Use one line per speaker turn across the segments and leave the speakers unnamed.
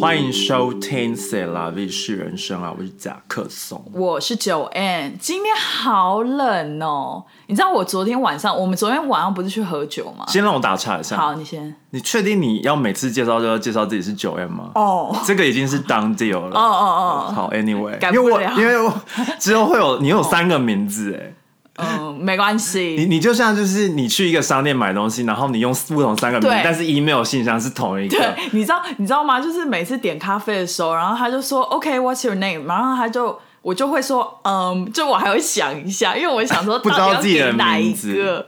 欢迎收听《C l a V 是人生》啊，我是贾克松。
我是九 N，今天好冷哦！你知道我昨天晚上，我们昨天晚上不是去喝酒吗？
先让我打岔一下，
好，你先。
你确定你要每次介绍都要介绍自己是九 M 吗？
哦
这个已经是 done deal
哦
了。
哦哦，
好，Anyway，
改
因为
不
我
了哦
因为 我之后会有你有三个名字哎，
嗯，没关
你
系。
你就像就是你去一个商店买东西，然后你用不同三个名字
对，
但是 email 信箱是同一个
对。，你知道你知道吗？就是每次点咖啡的时候，然后他就说 “OK，What's、your name？” 然后他就我就会说“嗯”，就我还会想一下，因为我想说
不知道
到底要
自己的
点哪一
名字嗯
个，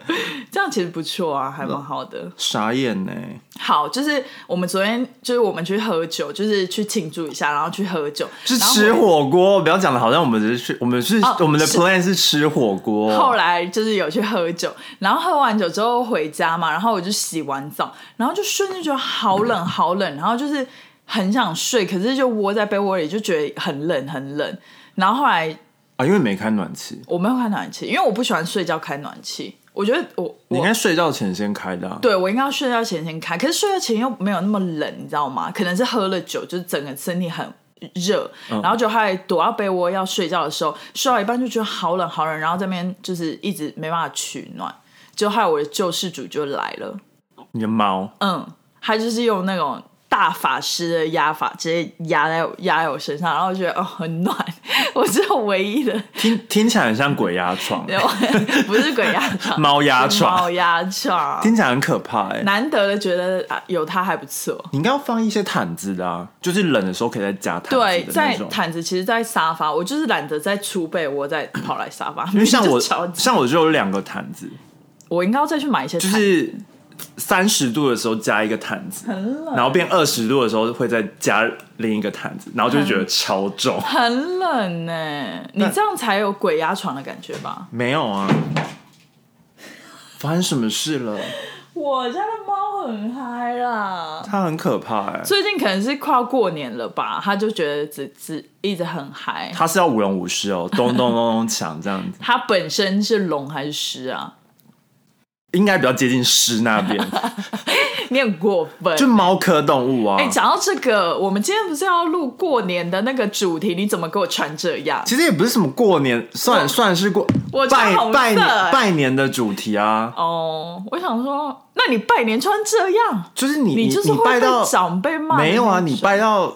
这样其实不错啊，还蛮好的。
傻眼欸呢、
好，就是我们昨天就是我们去喝酒，就是去庆祝一下，然后去喝酒，
是
然后
吃火锅，不要讲的好像我们只是去，我们是、
哦
我们的
是
plan 是吃火锅。
后来就是有去喝酒，然后喝完酒之后回家嘛，然后我就洗完澡，然后就瞬间觉得好冷好冷，然后就是很想睡，可是就窝在被窝里就觉得很冷很冷。然后后来
啊，因为没开暖气，
我没有开暖气，因为我不喜欢睡觉开暖气，我觉得我
你应
我
该睡觉前先开的、啊。
对我应该要睡觉前先开，可是睡觉前又没有那么冷，你知道吗？可能是喝了酒，就是整个身体很。热，
嗯
然后就还躲到被窝要睡觉的时候，睡到一半就觉得好冷好冷，然后这边就是一直没办法取暖，就害我的救世主就来了，
你的猫，
嗯，他就是用那种大法师的压法直接压在我压在我身上，然后我觉得哦很暖， 我是唯一的，
听听起来很像鬼压床，
不是鬼压床，
猫 压床
啊猫，压床，
听起来很可怕哎、
难得的觉得啊有他还不错，
你应该要放一些毯子的、啊，就是冷的时候可以再加毯
对，
子的
在
那种。
毯子，其实，在沙发，我就是懒得再出被窝，再跑来沙发。
因为像我
就超级
像我就有两个毯子，
我应该要再去买一些
就
毯子，
是三十度的时候加一个毯子，
很冷，
然后变二十度的时候会再加另一个毯子，然后就会觉得超重。
嗯很冷呢、你这样才有鬼压床的感觉吧？
没有啊，发生什么事了？
我家的猫很嗨啦，
它很可怕哎、
最近可能是快要过年了吧，它就觉得只只一直很嗨。
它是要舞龙舞狮哦，咚咚咚咚响这样子，
它本身是龙还是狮啊？
应该比较接近狮那 边，
你很过分。
就猫科动物啊。
哎，讲、到这个，我们今天不是要录过年的那个主题？你怎么给我穿这样？
其实也不是什么过年，算
我
算是过
我穿
拜
红色
拜年
哎
拜年的主题啊，
哦，我想说，那你拜年穿这样，
就是你你
就是
你
会
拜到
被长辈骂的那种。
没有啊？你拜到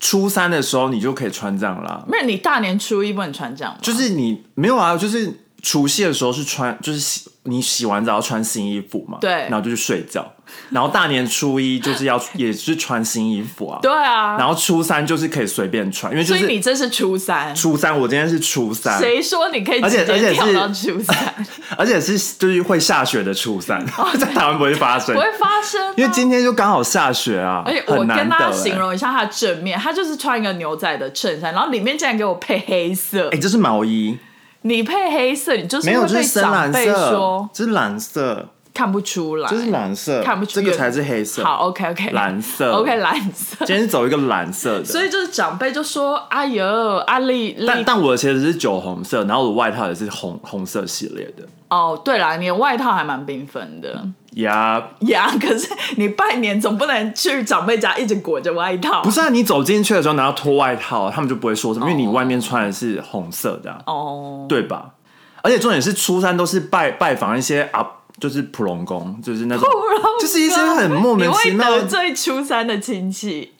初三的时候，你就可以穿这样啦。
没有？你大年初一不能穿这样吗？
就是你没有啊，就是除夕的时候是穿，就是洗你洗完澡要穿新衣服嘛，
对
然后就去睡觉，然后大年初一就是 要也是穿新衣服啊，
对啊，
然后初三就是可以随便穿，因为就
所以
是
你这是初三。
初三，我今天是初三，
谁说你可以
而且
直
而
接
且是
跳到 初三？
而且是就是会下雪的初三， 在台湾不会发生
哦不，会发生、啊。
因为今天就刚好下雪啊，
而且我
很难
跟
得、
大家
欸。
形容一下他的正面，他就是穿一个牛仔的衬衫，然后里面竟然给我配黑色。
哎、这是毛衣，
你配黑色，你就是
没有，
会
这
被
是深
长
蓝
辈
色
说，
这是蓝色，
看不出来。
这是蓝色，
看不出
这个
原
才是黑色。
好，OK OK，
蓝色
OK 蓝 色。
今天是走一个蓝色的，
所以就是长辈就说：“哎呦，阿丽
但
丽
但我的鞋子是酒红色，然后我的外套也是红红色系列的
哦，对啦，你的外套还蛮缤纷的
呀。
呀。 可是你拜年总不能去长辈家一直裹着外套，
不是啊，你走进去的时候，然后脱外套，他们就不会说什么，因为你外面穿的是红色的啊、
哦？
对吧？而且重点是初三都是拜拜访一些啊，就是普龙宫，就是那种
不然我，
就是一些很莫名其妙
你会
的
得。罪初三的亲戚。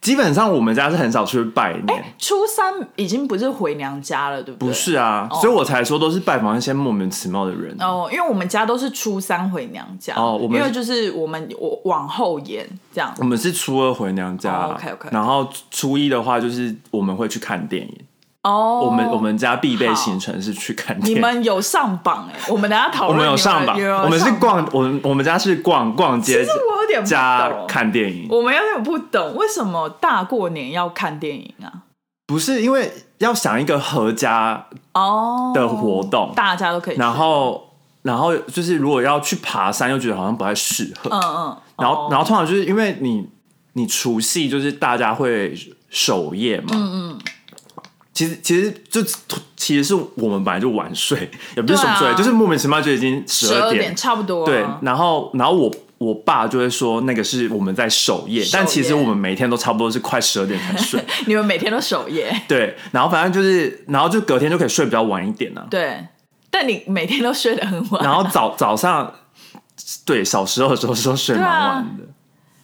基本上我们家是很少出去拜年，
初三已经不是回娘家了，对不对？
不是啊，所以我才说都是拜访一些莫名其妙的人。
哦，因为我们家都是初三回娘家，
哦我们
因为就是我们我往后延这样
我。们是初二回娘家、
哦，OK，OK
然后初一的话就是我们会去看电影。
哦，
我们我们家必备行程是去看电
你
影。
们有上榜哎、我们等一下
我
讨论。
们有上榜，
你有
我们是
上榜
逛，我们我们家是逛逛街
其实我有点不
加
懂，
看电影，
我们有点不懂为什么大过年要看电影啊？
不是因为要想一个合家，
哦
的活动
大家都可以去。
然后然后就是如果要去爬山，又觉得好像不太适合，
嗯嗯，
然后、
哦
然后通常就是因为你你除夕就是大家会守夜嘛，嗯嗯。其实其实就其实是我们本来就晚睡，也不是什么睡，
对啊
就是莫名其妙就已经十
十
二
二
点
点，差不多、啊。
对，然后然后我我爸就会说那个是我们在守夜，
守
但其实
夜
我们每天都差不多是快十二点才 睡。
你们每天都 守夜，
对，然后反正就是，然后就隔天就可以睡比较晚一点呢、啊。
对，但你每天都睡得很晚。
然后早早上，对，小时候的时候说睡蛮
啊
晚的，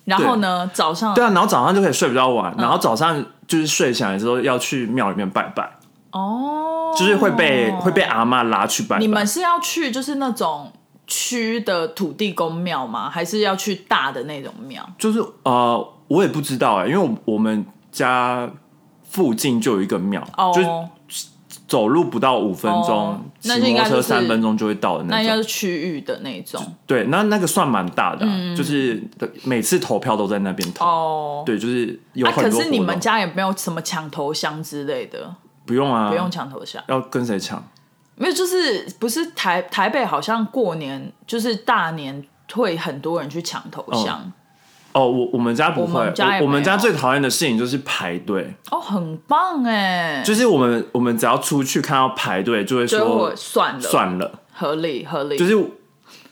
然后呢，早上
对啊，然后早上就可以睡比较晚，
嗯
然后早上就是睡醒来之后要去庙里面拜拜，
哦，
就是会被、会被阿嬷拉去拜拜。
你们是要去就是那种区的土地公庙吗？还是要去大的那种庙？
就是呃，我也不知道哎、因为我我们家附近就有一个庙，
哦，
就是走路不到五分
哦
钟，骑
那就应
摩
该
托车
就是
三分钟就会到的
那应
那
该
种。
是区域的那种。
对，那那个算蛮大的啊、就是每次投票都在那边投。
嗯哦，
对，就是有
啊，
很
可
多活动。
是你们家也没有什么抢头香之类的，
不用啊，
不用抢头香。
要跟谁抢？
没有，就是不是台台北好像过年就是大年会很多人去抢头香
哦，我我们家不
我
会，
们家也
我我们
没
家
有
最讨厌的事情就是排队，
哦很棒哎，
就是我们我们只要出去看到排队，就会
所以
说
我算了，
算了，
合理合理，
就是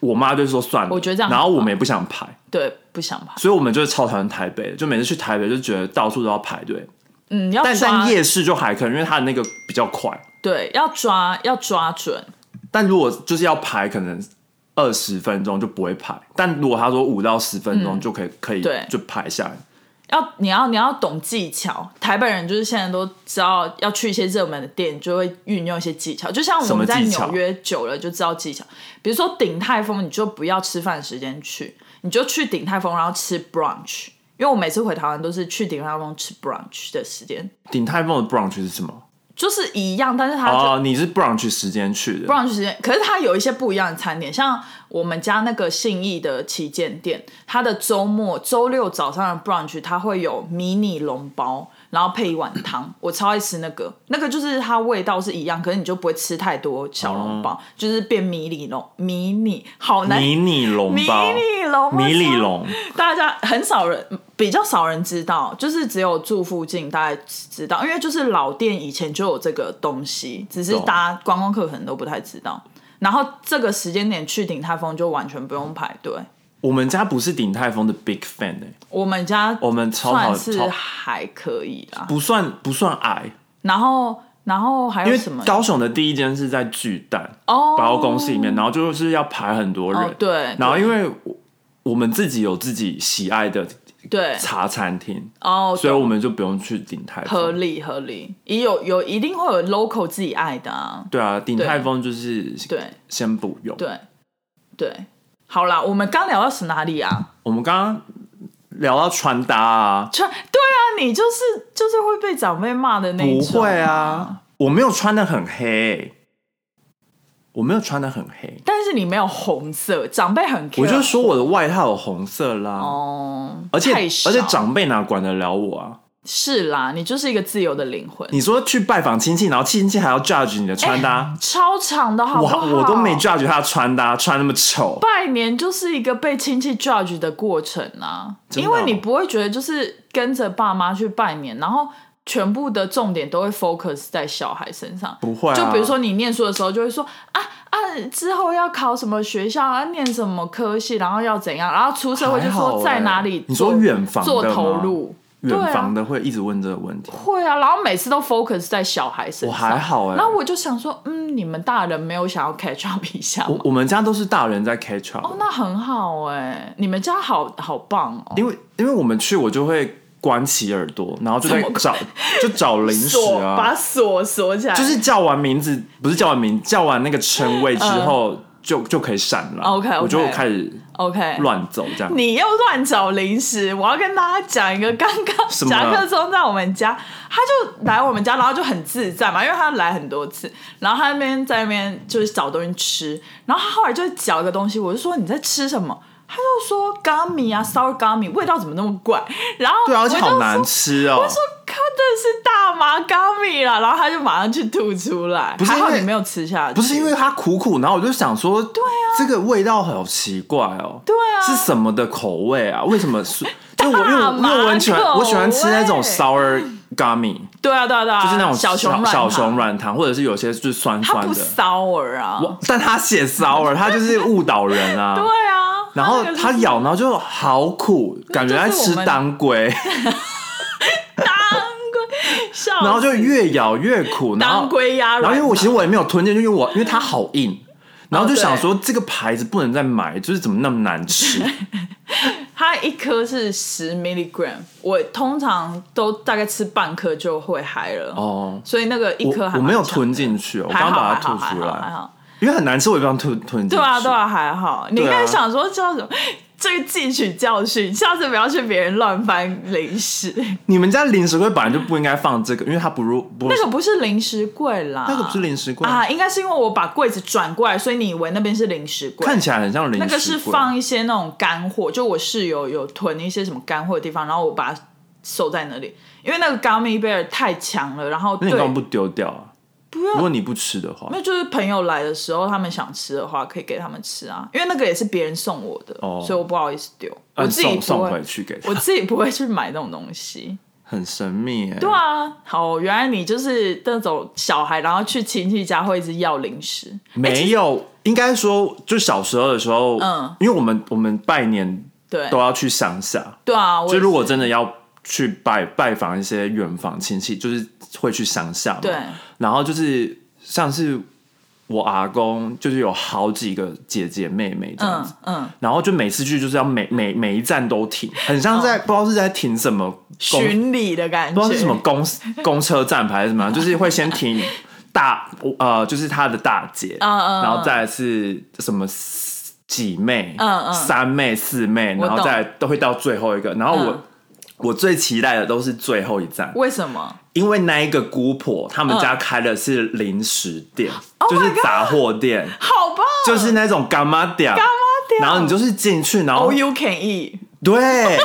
我妈就说算了，
我觉得这样
然后
很
我
棒
们也不想排，
对不想吧？
所以我们就是超讨厌台北的，就每次去台北就觉得到处都要排队，
嗯，要
但
抓
但夜市就还可以，因为它的那个比较快，
对要抓要抓准，
但如果就是要排，可能二十分钟就不会排，但如果他说五到十分钟就可以、可以
嗯对
就排下来，
要你要你要懂技巧。台北人就是现在都知道要去一些热门的店，就会运用一些技巧。就像我们在
什么技巧
纽约久了就知道技巧，比如说鼎泰丰，你就不要吃饭时间去，你就去鼎泰丰然后吃 brunch。因为我每次回台湾都是去鼎泰丰吃 brunch 的时间，
鼎泰丰的 brunch 是什么？
就是一样，但是它就、
哦，你是 brunch 时间去的，
brunch 时间，可是它有一些不一样的餐点，像我们家那个信义的旗舰店，它的周末周六早上的 brunch 它会有迷你笼包，然后配一碗汤，我超爱吃那个，那个就是它味道是一样，可是你就不会吃太多小笼包，就是变迷你笼迷你，好难。
迷你笼
迷
包，
你笼，
迷你
我操
笼，
大家很少人，比较少人知道，就是只有住附近大概知道，因为就是老店以前就有这个东西，只是
懂
大家观光客可能都不太知道。然后这个时间点去鼎泰丰就完全不用排队，
我们家不是鼎泰丰的 big fan 哎、
我们家
我们超好
算是
超
还可以啦。
不算不算矮，
然后，然后还
因
有
为
什么
高雄的第一间是在巨蛋
哦，
百货公司里面，然后就是要排很多人，
哦，对，
然后因为我我们自己有自己喜爱的
对
茶餐厅，
哦，
所以
懂
我们就不用去鼎泰
合
丰。
理合理，也有有一定会有 local 自己爱的啊，
对啊，鼎泰丰就是
对
先不用。
对对，好啦，我们刚聊到是哪里啊？
我们刚刚聊到穿搭啊，
穿对啊，你就是就是会被长辈骂的那一
不
种。
会，啊，我没有穿的很黑，我没有穿的很黑，
但是你没有红色，长辈很 care。
我就说我的外套有红色啦，
哦，
而且
太
而
少
且长辈哪管得了我啊？
是啦，你就是一个自由的灵魂，
你说去拜访亲戚，然后亲戚还要 judge 你的穿搭，
超长的好不
我
哎好？啊
我都没 judge 他的穿搭穿那么丑，
拜年就是一个被亲戚 judge 的过程啊，
真的
因
哦
为你不会觉得就是跟着爸妈去拜年，然后全部的重点都会 focus 在小孩身上。
不会、啊。
就比如说你念书的时候，就会说啊啊，之后要考什么学校啊，念什么科系，然后要怎样，然后出社会就
还好
说在哪
欸
里
你
做
说远房的
做投
吗
入，对
远
啊
房，的会一直问这个问题，
会啊，然后每次都 focus 在小孩身
我
上。
还好哎、
然后我就想说，嗯，你们大人没有想要 catch up 一下
我
吗？
我们家都是大人在 catch up，、
哦，那很好哎、你们家好好棒哦，
因为因为我们去我就会关起耳朵，然后就在
怎么
找就找零食
锁
啊
把，锁锁起来，
就是叫完名字不是叫完名叫完那个称谓之后、就就可以闪了。
嗯 OK，OK
我就开始
OK。
乱走这样。
你又乱找零食！我要跟大家讲一个，刚刚
什么啊
夹克松在我们家，他就来我们家，然后就很自在嘛，因为他来很多次，然后他那边在那边就是找东西吃，然后他后来就嚼一个东西，我就说你在吃什么？他就说 gummy 啊，sour gummy，味道怎么那么怪？然后
对啊，而且
我就
好难
说
吃哦、
我说看的是大麻 gummy 啦，然后他就马上去吐出来，
不是
还好
因为
你没有吃下去，
不是因为它苦苦，然后我就想说，对啊，这个味道好奇怪哦，
对啊哎
是什么的口味啊？为什么是？就我因为
大
我因为我很喜欢
麻口味
我喜欢吃那种 sour gummy，
对啊对啊对啊，
就是那种
小熊软
小熊
糖，
软糖，或者是有些就是酸
它
酸
不
的。
sour 啊，
哇但他写 sour，他就是误导人啊！
对啊，
然后它咬，然后就好苦，感觉在吃当归，
笑死
然后就越咬越苦，然后
当归鸭
然后因为
软
我其实我也没有吞进去，因为我因为它好硬，然后就
哦对
想说这个牌子不能再买，就是怎么那么难吃？
它一颗是十 milligram，我通常都大概吃半颗就会嗨了。
哦，
所以那个一
我
颗还
我没有
蛮强的
吞，进去，哦我
还
刚
好
把它
还好
吐出
还好还
来，
好
因为很难吃，我也不想吞吞进去。
对啊对啊还好。你应
对啊
该想说叫什么？这个汲取教训，下次不要去别人乱翻零食。
你们家零食柜本来就不应该放这个，因为它不入不
那个不是零食柜啦，
那个不是零食柜
啊，应该是因为我把柜子转过来，所以你以为那边是零食柜。
看起来很像零食
那
柜。
个是放一些那种干货，就我室友有囤一些什么干货的地方，然后我把它收在那里，因为那个 gummy bear 太强了，然后
那
对
你，干嘛不丢掉啊？
不要
如果你不吃的话
那，就是朋友来的时候，他们想吃的话可以给他们吃啊，因为那个也是别人送我的，
哦
所以我不好意思丢，
那
我
你
自己
呃送
不
送
会
回，去给他
我，自己不会去买那种东西。
很神秘哎。
对啊，好，原来你就是那种小孩，然后去亲戚家会一直要零食，
没有，应该说就小时候的时候，
哎嗯，
因为我们我们拜年
对
都要去乡下，
对啊，我
啊就
也
如果
是
真的要去拜拜访一些远房亲戚，就是会去乡下嘛。
对
然后就是像是我阿公，就是有好几个姐姐妹妹这样子。
嗯嗯，
然后就每次去就是要每每每一站都停，很
哦
像在、不知道是在停什么公
巡礼的感觉，
不知道是什么公公车站牌还是什 么样，就是会先停大呃，就是他的大姐，
嗯嗯
然后再来是什么几妹，
嗯嗯
三妹、四妹，
我
然后
懂
再来都会到最后一个，然后我。
嗯
我最期待的都是最后一站，
为什么？
因为那一个姑婆他们
嗯
家开的是零食店，
Oh
就是杂货 店，
好棒，
就是那种干妈店，干
妈店 Oh
然后你就是进去，然后
all you can eat，
对，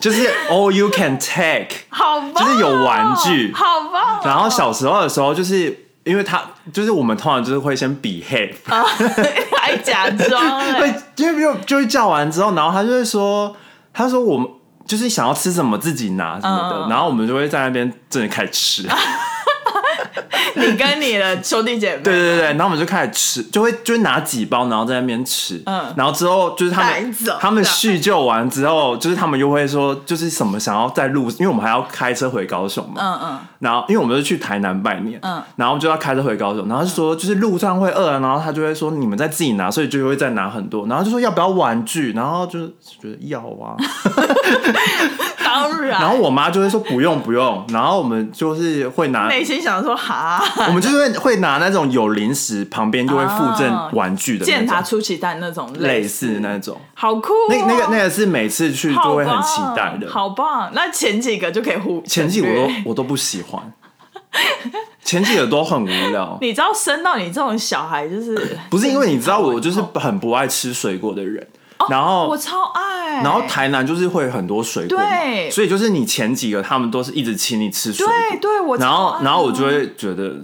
就是 all you can take，
好棒哦，
就是有玩具
好棒哦。
然后小时候的时候，就是因为他就是我们通常就是会先比嘿，
啊 还假 装欸
会因为就就会叫完之后，然后他就会说，他说我们就是想要吃什么自己拿什么的，
嗯
然后我们就会在那边真的开始吃，
你跟你的兄弟姐妹，
对对对，然后我们就开始吃，就会就会拿几包，然后在那边吃，
嗯
然后之后就是他
带
们
走
他们
这样
叙旧完之后，就是他们又会说，就是什么想要在路，因为我们还要开车回高雄嘛，
嗯嗯，
然后因为我们是去台南拜年，
嗯
然后就要开车回高雄，然后就说就是路上会饿啊，然后他就会说你们再自己拿，所以就会再拿很多，然后就说要不要玩具，然后就觉得要 啊，
当然。
然后我妈就会说不用不用，然后我们就是 会拿，
内心想说哈，
我们就是会会拿那种有零食旁边就会附赠
哦
玩具的
践
那
踏
种，
出奇蛋那种
类似
似，
那种，
好酷哦。
那那个那个是每次去
好
都会很
棒啊
期待的，
好棒。那前几个就可以忽
前几个我
省
都
略
我都不喜欢，前几个都很无 聊。
你知道生到你这种小孩就是
不是因为你知道我就是很不爱吃水果的人，然
哦我
后
超爱，
哦然后台南就是会有很多水果嘛，
对
所以就是你前几个他们都是一直请你吃水果，
对对，我
然
超
后
爱
然后我就会觉得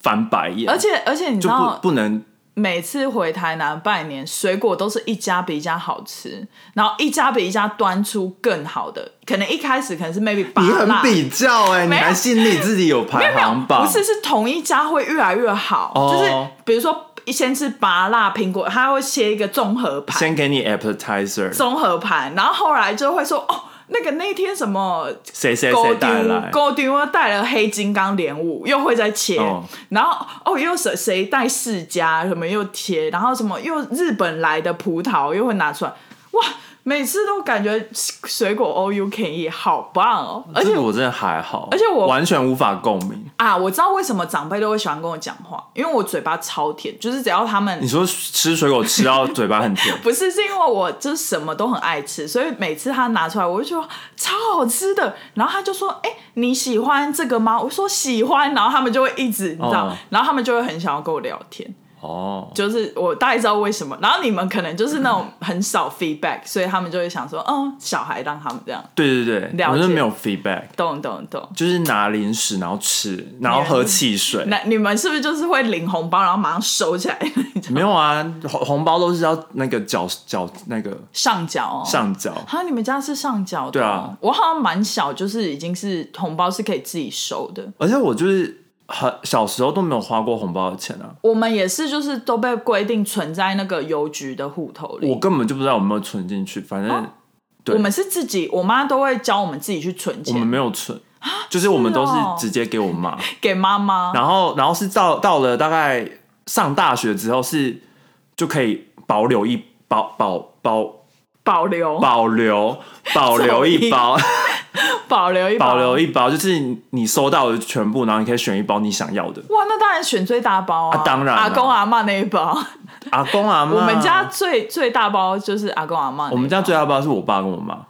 翻白眼，
而且而且你知
就不
道，
不能
每次回台南拜年，水果都是一家比一家好吃，然后一家比一家端出更好的。可能一开始可能是 maybe 芭
你
乐
很比较哎、你
没有
还信你自己有
没
排
有没有
行榜，
不是是同一家会越来越好，
哦
就是比如说先吃芭辣苹果，他会切一个综合盘，
先给你 appetizer，
综合盘，然后后来就会说哦，那个那天什么
谁谁
勾
谁
丢
带来，
勾丢又带了黑金刚连舞，又会再切，
哦
然后哦又谁谁带世家什么又切，然后什么又日本来的葡萄又会拿出来，哇，每次都感觉水果 O U K E 好棒哦，而且
这个我真的还好，
而且我
完全无法共鸣。
啊，我知道为什么长辈都会喜欢跟我讲话，因为我嘴巴超甜，就是只要他们
你说吃水果吃到嘴巴很甜
，不是，是因为我就是什么都很爱吃，所以每次他拿出来，我就觉得超好吃的。然后他就说：“哎、你喜欢这个吗？”我说：“喜欢。”然后他们就会一直，你知道，
哦
然后他们就会很想要跟我聊天。
哦，
就是我大概知道为什么。然后你们可能就是那种很少 feedback，所以他们就会想说：“嗯，小孩让他们这样。
对对对，
了
我就
解
没有 feedback。”
懂懂懂。
就是拿零食然后吃，然后喝汽水。
那你们是不是就是会领红包，然后马上收起来
没有啊，红红包都是要那个脚脚那个
上 缴、哦？
上脚，
啊，你们家是上缴的、哦？
对啊，
我好像蛮小，就是已经是红包是可以自己收的。
而且我就是很小时候都没有花过红包的钱啊，
我们也是，就是都被规定存在那个邮局的户头里。
我根本就不知道有没有存进去，反正、
哦
对
我们是自己，我妈都会教我们自己去存
我们
钱
没有存，就是我们啊都是
是哦
直接给我妈，
给妈妈。
然后然后是到到了大概上大学之后是就可以保留一保保保
保留
保留 保留一包，
保留一
保留
一
一包，就是你收到的全部，然后你可以选一包你想要的。
哇，那当然选最大包啊！
啊当然啊
阿公阿妈那一 包。
阿公阿妈，
我们家最最大包就是阿公阿妈那一
我
包。
们家最大包是我爸跟我妈，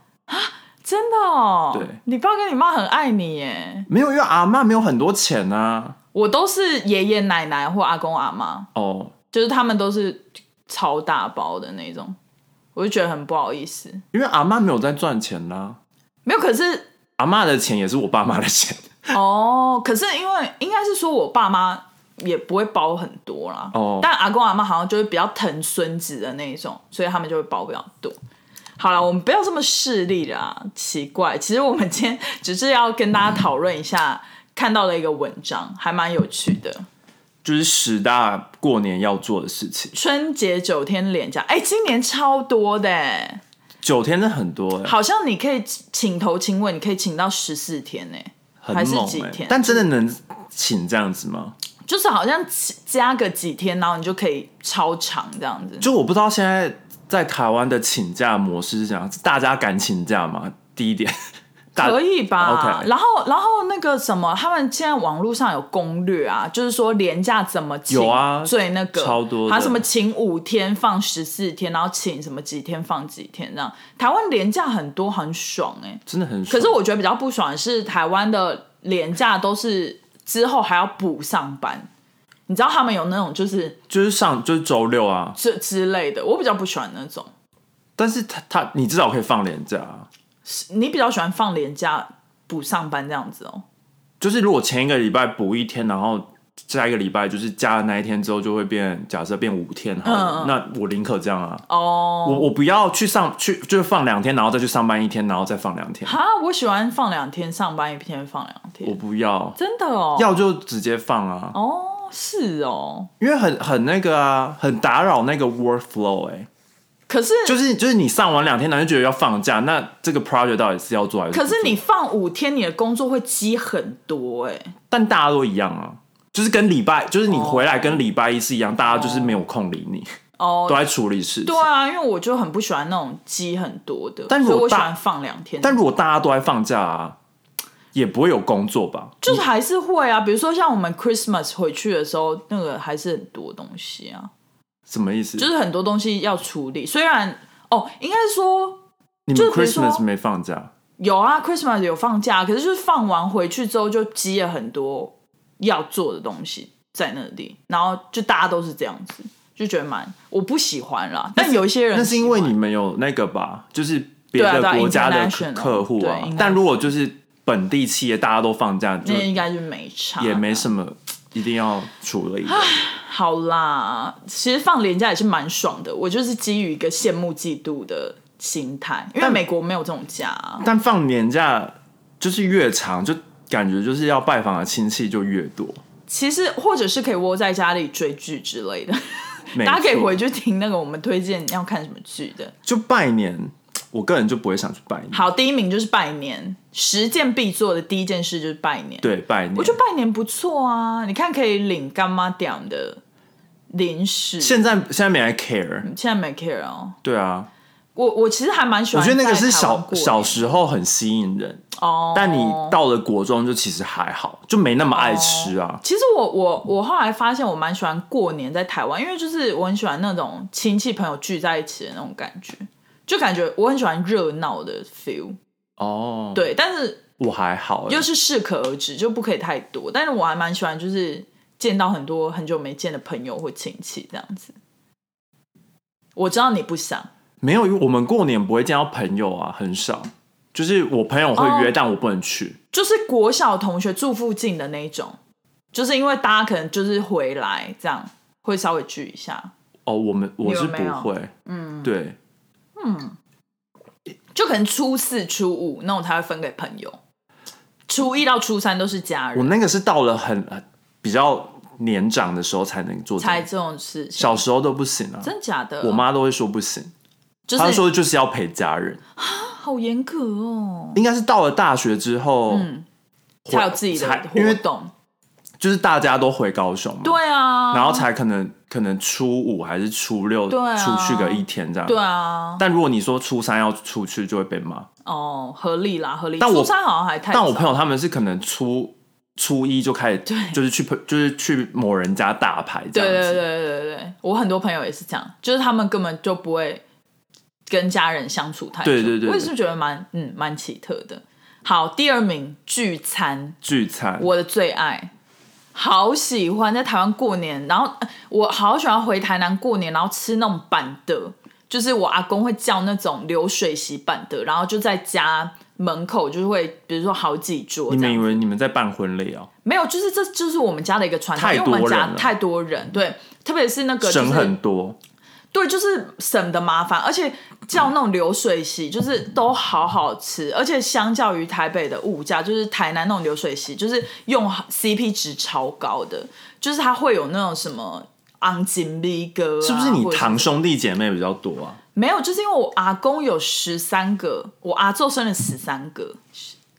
真的哦，
对，
你爸跟你妈很爱你耶。
没有因为阿妈没有很多钱啊。
我都是爷爷奶奶或阿公阿妈，
哦，
就是他们都是超大包的那种，我就觉得很不好意思。
因为阿妈没有在赚钱啦、啊
没有，可是
阿妈的钱也是我爸妈的钱。
哦，可是因为应该是说我爸妈也不会包很多啦，
哦
但阿公阿妈好像就是比较疼孙子的那一种，所以他们就会包比较多。好了，我们不要这么势利啦，奇怪。其实我们今天只是要跟大家讨论一下看到的一个文章，还蛮有趣的。
就是十大过年要做的事情，
春节九天连假，哎、今年超多的、哎
九天真的很多、欸，
好像你可以请头请尾，你可以请到十四天呢、哎
很
还是
猛、
几
欸
天。
但真的能请这样子吗？
就是好像起加个几天，然后你就可以超长这样子。
就我不知道现在在台湾的请假模式是怎样，大家敢请假吗？第一点，大
可以吧
啊 OK
然后，然后那个什么，他们现在网络上有攻略啊，就是说廉价怎么请，
有啊
最那个
超多的
还有什么请五天放十四天，然后请什么几天放几天这样。台湾廉价很多，很爽哎、
真的很爽。
可是我觉得比较不爽的是，台湾的廉价都是之后还要补上班，你知道他们有那种就是
就是上就是周六啊，
这之类的，我比较不喜欢那种。
但是他他你至少可以放年假、啊，
你比较喜欢放年假补上班这样子哦？
就是如果前一个礼拜补一天，然后下一个礼拜就是加了那一天之后，就会变假设变五天好了，
嗯嗯
那我宁可这样啊，
哦，
我我不要去上去就是放两天，然后再去上班一天，然后再放两天，
哈，我喜欢放两天上班，一天放两
我
天，
不要，
真的哦？
要就直接放啊，
哦，是哦。
因为很很那个啊，很打扰那个 workflow 哎、
嗯可是，
就是就是你上完两天，然后就觉得要放假，那这个 project 到底是要做还是不
可
做？
是你放五天，你的工作会积很多哎、
但大家都一样啊，就是跟礼拜，就是你回来跟礼拜一是一样，大家就是没有空理你，都
哦，
在处理事情
对。啊，因为我就很不喜欢那种积很多的，
但如
所
果
以我喜
大
欢放两天。
但如果大家都在放假啊，也不会有工作吧？
就是还是会啊，比如说像我们 Christmas 回去的时候，那个还是很多东西啊，
什么意思？
就是很多东西要处理。虽然哦，应该说
你们
就是比如说
Christmas 没放假，
有啊，Christmas 有放假，可是就是放完回去之后就积了很多要做的东西在那里，然后就大家都是这样子，就觉得蛮我不喜欢啦。但有一些人
那是因为
喜欢
你们有那个吧，就是别
对啊对
的
啊
国家的
international，
客户啊
对。
但如果就是本地企业大家都放假，就
那应该就没差，
也没什么一定要处理的。
好啦。其实放年假也是蛮爽的，我就是基于一个羡慕嫉妒的心态，因为
但
美国没有这种假、啊。
但放年假就是越长，就感觉就是要拜访的亲戚就越多。
其实或者是可以窝在家里追剧之类的，
没
大家可以
错
回去听那个我们推荐要看什么剧的。
就拜年，我个人就不会想去拜年。
好，第一名就是拜年，十件必做的第一件事就是拜年。，
对，拜年。
我觉得拜年不错啊，你看可以领干妈点的零食。
现在现在没来 care。
现在没 care 哦，
对啊，
我我其实还蛮喜
我
欢
觉
在
得
台
那
湾过
个
年。
是小小时候很吸引人，
哦，
但你到了国中就其实还好，就没那么爱吃啊。
其实我我我后来发现我蛮喜欢过年在台湾，因为就是我很喜欢那种亲戚朋友聚在一起的那种感觉，就感觉我很喜欢热闹的 feel。
哦，，
对，但是
我还好、欸。
就是适可而止，就不可以太多。但是我还蛮喜欢，就是见到很多很久没见的朋友或亲戚这样子。我知道你不想，
没有，因为我们过年不会见到朋友啊，很少。就是我朋友会约，
哦
但我不能去。
就是国小同学住附近的那一种，就是因为大家可能就是回来这样，会稍微聚一下，
哦，我们我是
有没
不
有
会。嗯，对，
就可能初四、初五那种才会分给朋友，初一到初三都是家
我
人。
那个是到了很呃比较年长的时候才能做这种，
才这种事情，
小时候都不行啊。
真假的？
我妈都会说不行，
就
她
是
说就是要陪家人。
好严格哦，
应该是到了大学之后，
嗯，才有自己的
才因
活
为
动。
就是大家都回高雄嘛，
对啊，
然后才可能可能初五还是初六
对啊
出去个一天这样。
对啊，
但如果你说初三要出去，就会被骂。
哦，合理啦，合理。
但我
初三好像还太少，
但我朋友他们是可能初初一就开始，
对
就是去朋就是去某人家打牌这样
对对对
子。
对对对，我很多朋友也是这样，就是他们根本就不会跟家人相处太久。
对对对对
我也是觉得蛮嗯蛮奇特的。好，第二名聚餐，
聚餐，
我的最爱，好喜欢在台湾过年，然后呃我好喜欢回台南过年，然后吃那种板的，就是我阿公会叫那种流水席板的，然后就在家门口就会，比如说好几桌
你
这
们
样
以。为你们在办婚礼哦？
没有，就是这就是我们家的一个传统，
太
因为我们
多人
家
了
太多人，对，特别是那个就
省
是
很多，
对，啊就是省的麻烦，而且叫那种流水席，就是都好好吃，而且相较于台北的物价，就是台南那种流水席，就是用 CP 值超高的，就是它会有那种什么昂金力哥、啊
是不是？你
或者
堂兄弟姐妹比较多啊？
没有？就是因为我阿公有十三个，我阿昼生了十三个，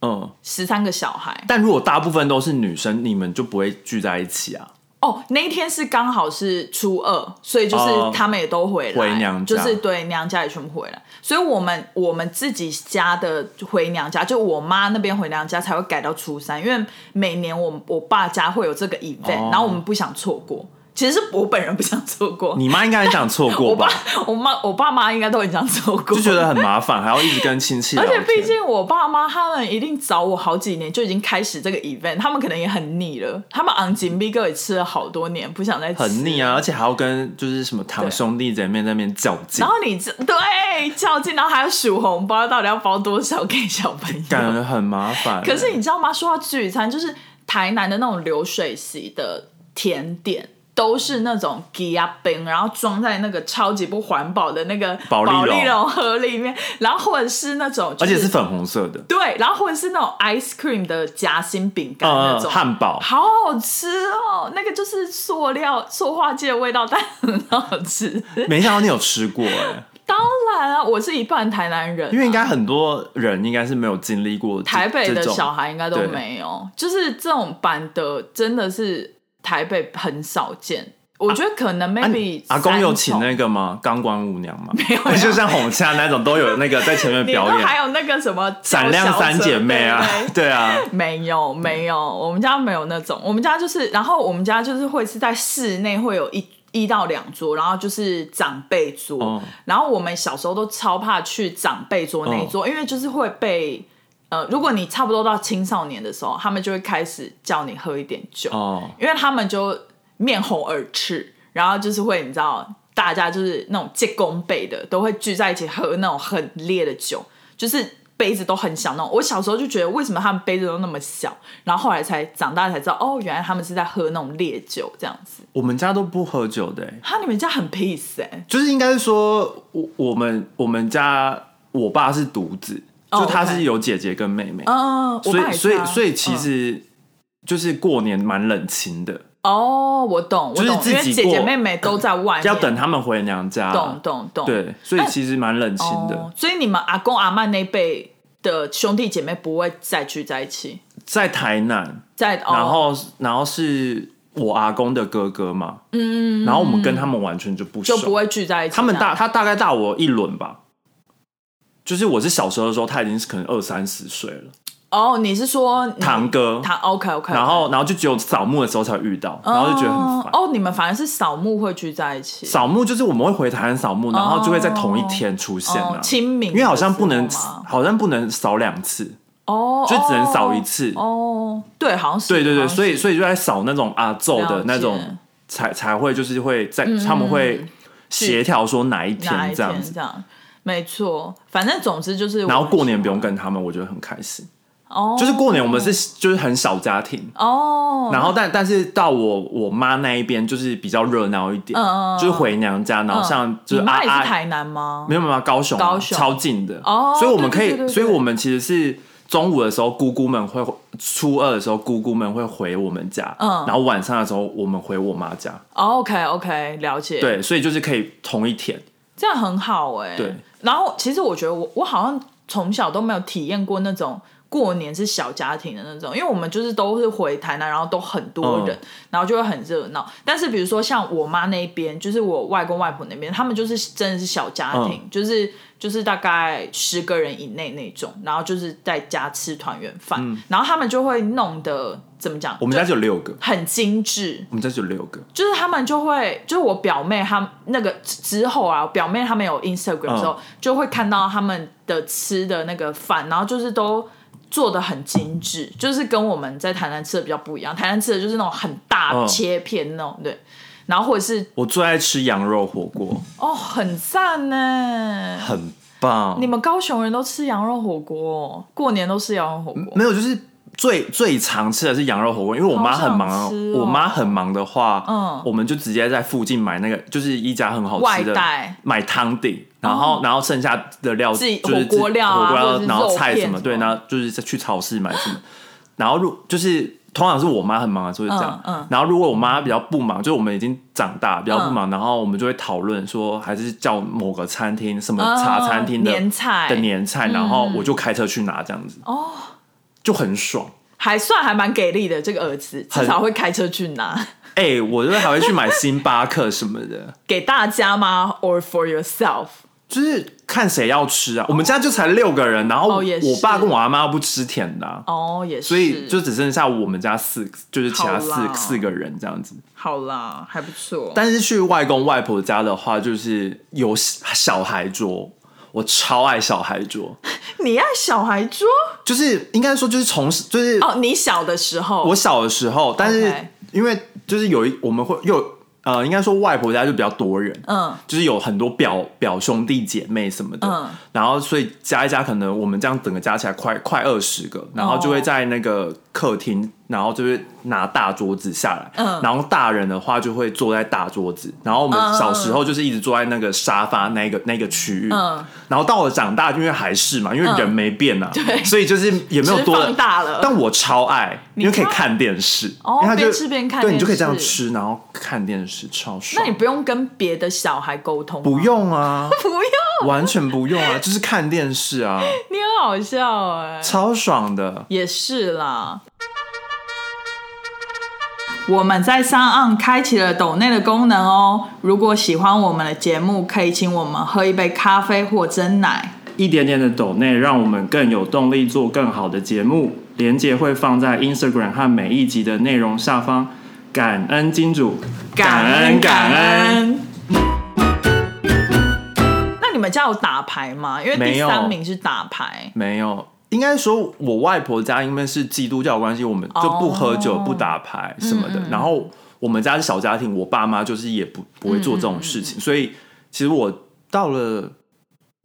嗯，
十三个小孩。
但如果大部分都是女生，你们就不会聚在一起啊？
哦，那一天是刚好是初二，所以就是
哦
他们也都回来，
回娘家
就是对娘家也全部回来，所以我们我们自己家的回娘家，就我妈那边回娘家才会改到初三，因为每年我我爸家会有这个 event，、
哦
然后我们不想错过。其实是我本人不想错过，
你妈应该很想错过
我爸
吧？、
我妈、我爸妈应该都很想错过，
就觉得很麻烦，还要一直跟亲戚聊
而
天。
且毕竟我爸妈他们一定找我好几年就已经开始这个 event，他们可能也很腻了，他们昂金币哥也吃了好多年，不想再吃
很腻啊，而且还要跟就是什么堂兄弟姐妹在那边较劲
然，后你这对较劲，然后还要数红包，到底要包多少给小朋
感
友？
觉很麻烦。
可是你知道吗？说到聚餐，就是台南的那种流水席的甜点。都是那种吉亚饼，然后装在那个超级不环保的那个
保利龙
利龙盒里面，然后或者是那种、就
而
是，
且是粉红色的，
对，然后或者是那种 ice cream 的夹心饼干那
嗯，
种，
汉堡，
好好吃哦！那个就是塑料塑化剂的味道，但很好吃。
没想到你有吃过哎，
当然啊，我是一半台南人啊、
因为应该很多人应该是没有经历过这
台北的
这种
小孩应该都
对
没有，就是这种版的真的是台北很少见。我觉得可能
啊
maybe、
阿公有请
个
那个吗？钢管舞娘吗？
没有啊没 有
就像红夏那种都有那个在前面 表演，
还有那个什么
闪亮三姐妹啊
对对对，
对啊，
没有没有，我们家没有那种，我们家就是，然后我们家就是会是在室内会有一一到两桌，然后就是长辈桌，
哦
然后我们小时候都超怕去长辈桌那一桌，
哦
因为就是会被。呃，如果你差不多到青少年的时候，他们就会开始叫你喝一点酒，
哦，
因为他们就面红耳赤，然后就是会你知道，大家就是那种借公杯的，都会聚在一起喝那种很烈的酒，就是杯子都很小那种。我小时候就觉得为什么他们杯子都那么小，然后后来才长大才知道，哦，原来他们是在喝那种烈酒这样子。
我们家都不喝酒的欸，
哈，你们家很 peace 哎、
就是应该是说，我我们我们家我爸是独子，
哦
就他
OK
是有姐姐跟妹妹，
嗯，我
所
爸
以
也
所
是啊
以所以其
嗯
实就是过年蛮冷清的，
哦，我懂，我
就是
懂，
自
因为
己
姐
过
姐妹妹都在外面，
要等他们回娘家，
懂懂懂，
对，所以其实蛮冷清
哦
的。
所以你们阿公阿妈那辈的兄弟姐妹不会再聚在一起，
在台南，
在
然
哦、
后然后是我阿公的哥哥嘛，嗯，然后我们跟他们完全就不熟，
就不会聚在一起这
他
样。
们大他大概大我一轮吧。就是我是小时候的时候，他已经是可能二三十岁了，
哦，你是说你
堂哥，
堂 OK OK，
然后然后就只有扫墓的时候才会遇到，然后就觉得很烦。
哦，你们反而是扫墓会聚在一起，
扫墓就是我们会回台湾扫墓，然后就会在同一天出现
哦
啊，
清明的时候嘛，
因为好像不能好像不能扫两次，
哦，
就只能扫一次。
哦，对，好像是，
对对
好
对，
像
所以
是
所以就在扫那种阿奏
了
的
解嗯
那种才才会就是会在他们会协调说哪一
哪一
天这样
天
子，
这样，没错，反正总之就是我们，
然后过年不用跟他们，我觉得很开心。
哦，
就是过年我们是就是很小家庭，
哦，
然后但但是到我我妈那一边就是比较热闹一点
嗯嗯嗯，
就是回娘家，然后像就是
嗯你
阿
妈也
阿
是台南吗？
没有没有，高雄啊
高雄
超近的
哦
所以我们可以，
对对对对对
所以我们其实是中午的时候，姑姑们会初二的时候，姑姑们会回我们家，
嗯
然后晚上的时候我们回我妈家，
OK OK，了解。，
对，所以就是可以同一天，
这样很好哎、
对。
然后其实我觉得我我好像从小都没有体验过那种过年是小家庭的那种，因为我们就是都是回台南，然后都很多人，
嗯
然后就会很热闹。但是比如说像我妈那边，就是我外公外婆那边，他们就是真的是小家庭，
嗯
就是就是大概十个人以内那种，然后就是在家吃团圆饭，然后他们就会弄得怎么讲，
嗯我们家只有六个，
很精致，
我们家只有六个，
就是他们就会，就是我表妹她们那个之后啊，表妹她们有 Instagram
嗯
之后，就会看到他们的吃的那个饭，然后就是都做的很精致，就是跟我们在台南吃的比较不一样。台南吃的就是那种很大
嗯
切片那种，对，然后或者是
我最爱吃羊肉火锅，
哦，很赞呢。
很棒
你。们高雄人都吃羊肉火锅哦，过年都吃羊肉火锅。
没有，就是最最常吃的是羊肉火锅，因为我妈很忙，啊
好想吃哦
我妈很忙的话，
嗯
我们就直接在附近买那个，就是一家很好吃
外
的
带，哦
买汤底，然后、然后剩下的料
自己
就是
火锅料啊
火锅
或者是
然后菜
肉
什
片
么，对，
什么
然后就是再去超市买什么，然后如就是。通常是我妈很忙的时候就这样，
嗯嗯
然后如果我妈比较不忙，就是我们已经长大比较不
嗯
忙，然后我们就会讨论说，还是叫某个餐厅什么嗯茶餐厅的、
哦年菜嗯
的年菜，然后我就开车去拿这样子，哦，就很爽。
还算还蛮给力的，这个儿子至
很
少会开车去拿，
哎、我就是还会去买星巴克什么的，
给大家吗？Or for yourself？
就是看谁要吃啊。我们家就才六个人，然后
哦也是
我爸跟我阿妈不吃甜的啊、
哦，也是，
所以就只剩下我们家四，就是其他
好啦
四四个人这样子。
好啦，还不错。
但是去外公外婆家的话，就是有小孩桌，我超爱小孩桌，
你爱小孩桌
就是应该说就是从就是
哦？你小的时候，
我小的时候，但是
OK
因为就是有一我们会又呃，应该说外婆家就比较多人，
嗯
就是有很多表表兄弟姐妹什么的，
嗯
然后所以加一加，可能我们这样整个加起来快快二十个，然后就会在那个客厅，然后就是拿大桌子下来，
嗯
然后大人的话就会坐在大桌子，然后我们
嗯嗯
小时候就是一直坐在那个沙发那个那个区域，
嗯
然后到了长大，因为还是嘛，因为
嗯
人没变啊，
对
所以就是也没有
只是
多
放大了
但我超爱，因为可以
超爱
看电视，
哦
因为它就
边吃边看
对你就可以这样
电视
吃，然后看电视，超爽。
那你不用跟别的小孩沟通吗，
不用啊，
不用，
完全不用啊， 就是看电视啊，
你很好笑哎、
超爽的。
也是啦。我们在上岸开启了抖内的功能哦。如果喜欢我们的节目，可以请我们喝一杯咖啡或蒸奶。
一点点的抖内，让我们更有动力做更好的节目。连接会放在 Instagram 和每一集的内容下方。感恩金主，
感恩。那你们家有打牌吗？因为
没
第
有
三名是打牌，
没有，应该说我外婆家因为是基督教关系，我们就不喝酒、
哦
不打牌什么
嗯
的。然后我们家是小家庭，我爸妈就是也不不会做这种
嗯
事情，所以其实我到了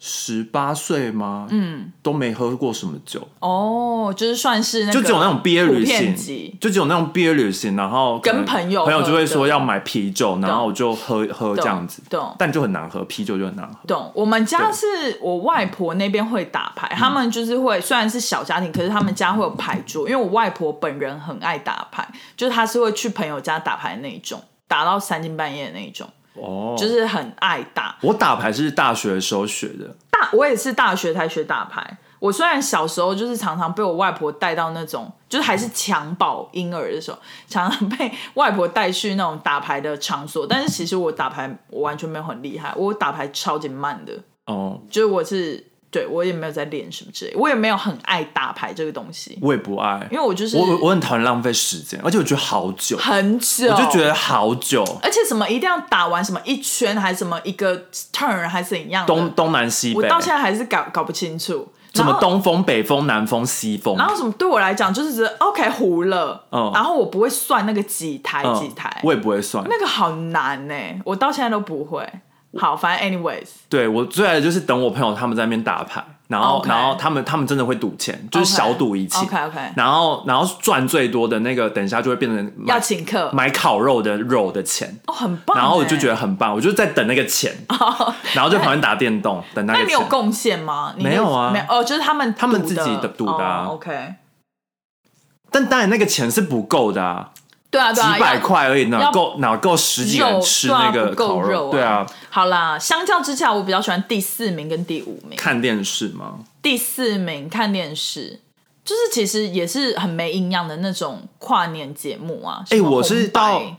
十八岁吗？
嗯，
都没喝过什么酒，
哦，就是算是那个
就只有那种毕业旅
普遍
行
级，
就只有那种毕业旅行，然后可能
跟朋友喝
朋友就会说
对
要买啤酒，然后我就喝喝
懂
这样子，
懂
但就很难喝，啤酒就很难喝。
懂。我们家
对
是我外婆那边会打
嗯
牌，他们就是会虽然是小家庭，可是他们家会有牌桌，因为我外婆本人很爱打牌，就是她是会去朋友家打牌的那一种，打到三更半夜的那一种，
哦，
就是很爱打。
我打牌是大学的时候学的，
大我也是大学才学打牌。我虽然小时候就是常常被我外婆带到那种，就是还是襁褓婴儿的时候，常常被外婆带去那种打牌的场所。但是其实我打牌我完全没有很厉害，我打牌超级慢的，
哦，
就是我是对我也没有在练什么之类，我也没有很爱打牌这个东西，
我也不爱，
因为我就是
我我很讨厌浪费时间，而且我觉得好久，
很久，
我就觉得好久，
而且什么一定要打完什么一圈，还是什么一个 turn，还是怎样的
东东南西
我
北，
到现在还是搞搞不清楚。
什
然
么
后
东风、北风、南风、西风
然，后什么对我来讲就是觉得 OK 糊了，
嗯
然后我不会算那个几台
嗯
几台，
我也不会算。
欸那个好难呢、我到现在都不会。好，反正 anyways，
对我最爱的就是等我朋友他们在那边打牌，然后
OK
然后他们他们真的会赌钱，就是小赌怡情。
OK OK，
然后然后赚最多的那个，等一下就会变成买
要请客
买烤肉的肉的钱。
哦，很棒欸。哦
然后我就觉得很棒，我就在等那个钱， 然后就旁边打电动，等那
那
个
你有
钱。
贡献吗？你的
没有啊
没有哦，就是他们
他们自己的
的
赌的啊
哦 OK，
但当然那个钱是不够的啊，
对啊
几
对啊，
百
要
块而已，哪
要
够哪够十几个人
肉
吃
对啊
那个
不够
烤
肉啊
对啊，
好啦，相较之下，我比较喜欢第四名跟第五名。
看电视吗？
第四名看电视，就是其实也是很没营养的那种跨年节目啊。
哎
什么
我是
红白嗯
到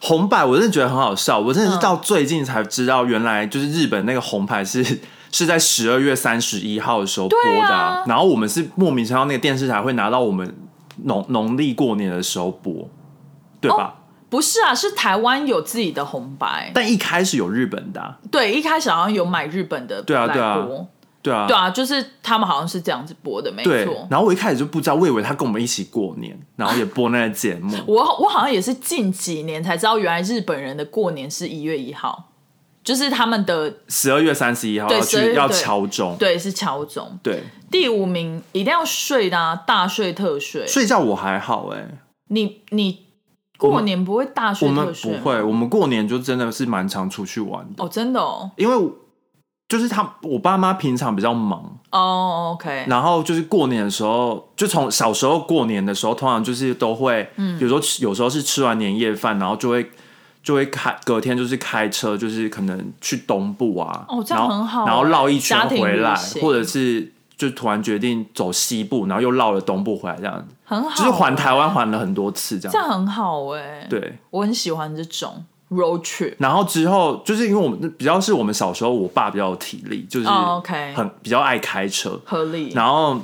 红白我真的觉得很好笑，我真的是到最近才知道，原来就是日本那个红牌是 是在十二月三十一号的时候播的、
对啊
然后我们是莫名其妙那个电视台会拿到我们农农历过年的时候播，对吧？
不是啊，是台湾有自己的红白。
但一开始有日本的啊、
对，一开始好像有买日本的
对啊
来
对啊
播
对啊，
对啊，就是他们好像是这样子播的，没
对
错。
然后我一开始就不知道，我以为他跟我们一起过年，然后也播那个节目。
我我好像也是近几年才知道，原来日本人的过年是一月一号，就是他们的
十二月三十一号
对
要
12
去
月
要
对
敲钟，
对是敲钟。
对，
第五名一定要睡的啊，大睡特睡。
睡觉我还好哎、
你你
我
过
们
年不会大睡
我们
特
不
睡吗？
会，我们过年就真的是蛮常出去玩的，
哦，真的哦。
因为我就是他我爸妈平常比较忙，
哦，OK、o k
然后就是过年的时候，就从小时候过年的时候，通常就是都会，
嗯
比如说吃有时候是吃完年夜饭，然后就会。就会开隔天就是开车，就是可能去东部啊，
哦这样
然后
很好
然后
欸
绕一圈
家庭
回
旅
来，
行
或者是就突然决定走西部，然后又绕了东部回来这样子，
很好，
就是环台湾环了很多次这样。
这样很好哎、，
对，
我很喜欢这种 road trip。
然后之后就是因为我们比较是我们小时候，我爸比较有体力，就是
哦，OK
很比较爱开车，
合理，
然后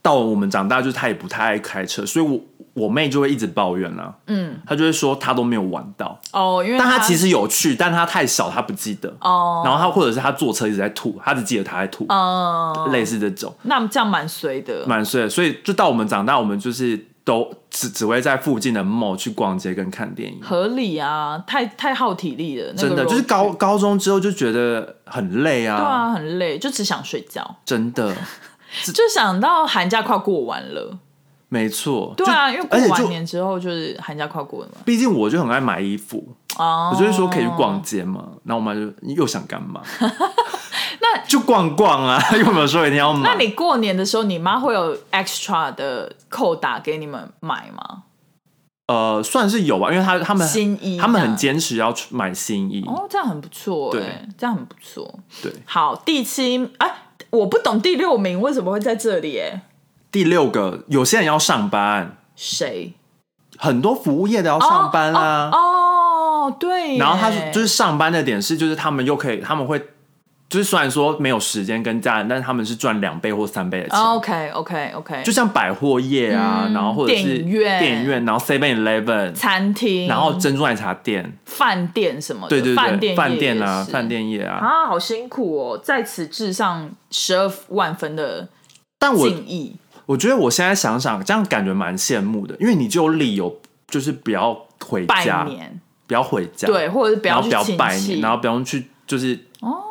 到我们长大，就是他也不太爱开车，所以我我妹就会一直抱怨啦、
嗯，
她就会说她都没有玩到，
哦，因为
但她其实有去，但她太小，她不记得，
哦，
然后她或者是她坐车一直在吐，她只记得她在吐，
嗯，
类似这种
那这样蛮随的，
蛮碎的，所以就到我们长大，我们就是都只只会在附近的 mall 去逛街跟看电影。
合理啊，太太耗体力了，那个
真的就是
road trip
高高中之后就觉得很累
对啊，很累，就只想睡觉，
真 的，
就想到寒假快过完了，
没错。
对啊，因为
就
过
而且
完
就，
年之后就是寒假快过了嘛，
毕竟我就很爱买衣服，
哦，
我就是说可以去逛街嘛。然后我妈就你又想干 嘛？那 就逛逛啊， 又没有说一定要买。
那你过年的时候，你妈会有 extra 的扣打给你们买吗？
呃，算是有吧，因为他他们
新衣
他们
这
很
样
坚持要去买新衣。
哦，这样很不错、欸，
对，
这样很不错。
对，
好，第七，哎、我不懂第六名为什么会在这里、欸，哎，
第六个，有些人要上班，
谁？
很多服务业的要上班啊。
哦，哦对耶，
然后他是就是上班的点是，就是他们又可以，他们会就是虽然说没有时间跟家人，但是他们是赚两倍或三倍的钱。
OK OK OK，
就像百货业啊，
哦嗯
然后或者是
电影院
电影院，然后 Seven Eleven，
餐厅，
然后珍珠奶茶店，
饭店什么的，
对对
饭
对，
店
饭
业
店
也
啊，
是
饭店业啊。
啊，好辛苦哦，在此致上十二万分的
但我
敬意。
我觉得我现在想想，这样感觉蛮羡慕的，因为你就有理由就是不要回
拜
家，
年，
不要回家，
对，或者是不
然后
去
不要
亲
拜年，
戚，哦
然后不用去就是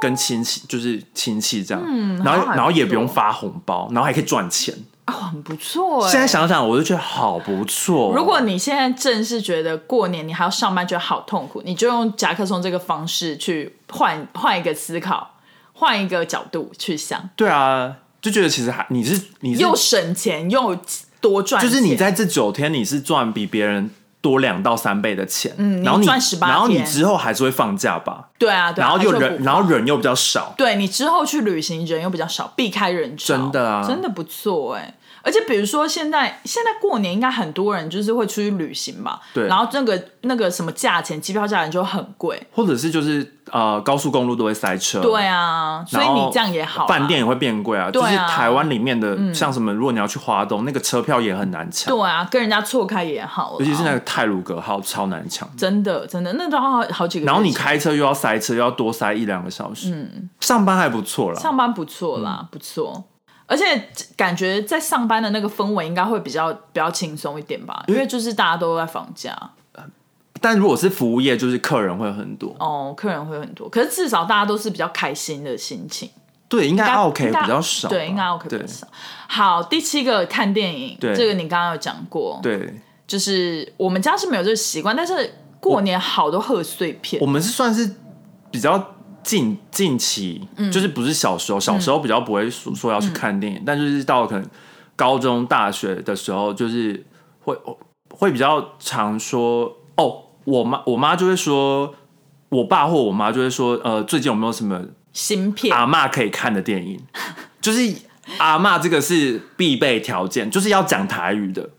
跟亲戚，就是亲戚这样，
嗯
然
好
后
像还
然后也
不
不用
错
发红包，然后还可以赚钱。
啊，很不错哎。
现在想想，我就觉得好不错哦。
如果你现在正是觉得过年你还要上班，觉得好痛苦，你就用夹克松这个方式去换换一个思考，换一个角度去想，
对啊，就觉得其实还你是你是
又省钱又多赚
就
钱，
是你在这九天你是赚比别人多两到三倍的钱，
嗯
然后
你
你
赚18
然后你
天
之后还是会放假吧，
对啊，对啊
然后
还是
又
有
人，
补
然后人又比较少，
对你之后去旅行人又比较少，避开人潮，
真的啊
真的不错哎、而且比如说现在现在过年应该很多人就是会出去旅行吧，
对
然后那个那个什么价钱，机票价钱就很贵，
或者是就是呃高速公路都会塞车，
对啊，所以
嗯然后
你这样也好啊，
饭店也会变贵啊，
对
就
啊嗯
是台湾里面的像什么，如果你要去华东，那个车票也很难抢，
对啊，跟人家错开也好啦，
尤其是那个泰鲁格号超难抢。
真的真的，那都要好好几个月前。
然后你开车又要塞车，又要多塞一两个小时。嗯，上班还不错啦。
上班不错啦，
嗯
不错，而且感觉在上
嗯
班的那个氛围应该会比较比较轻松一点吧，因为就是大家都在放假。
但如果是服务业，就是客人会很多。
哦，客人会很多，可是至少大家都是比较开心的心情。
对，应该
应该
OK
应该
比较少吧。
对，应该 OK 比
对
较少。好，第七个看电影，
对
这个你刚刚有讲过，
对，
就是我们家是没有这个习惯，但是过年好多贺岁片
我，们是算是比较近近期，就是不是小时候，小时候比较不会说说要去看电影，但就是到可能高中、大学的时候，就是会会比较常说哦，我妈我妈就会说，我爸或我妈就会说，呃，最近有没有什么
新片
阿嬷可以看的电影？就是阿嬷这个是必备条件，就是要讲台语的。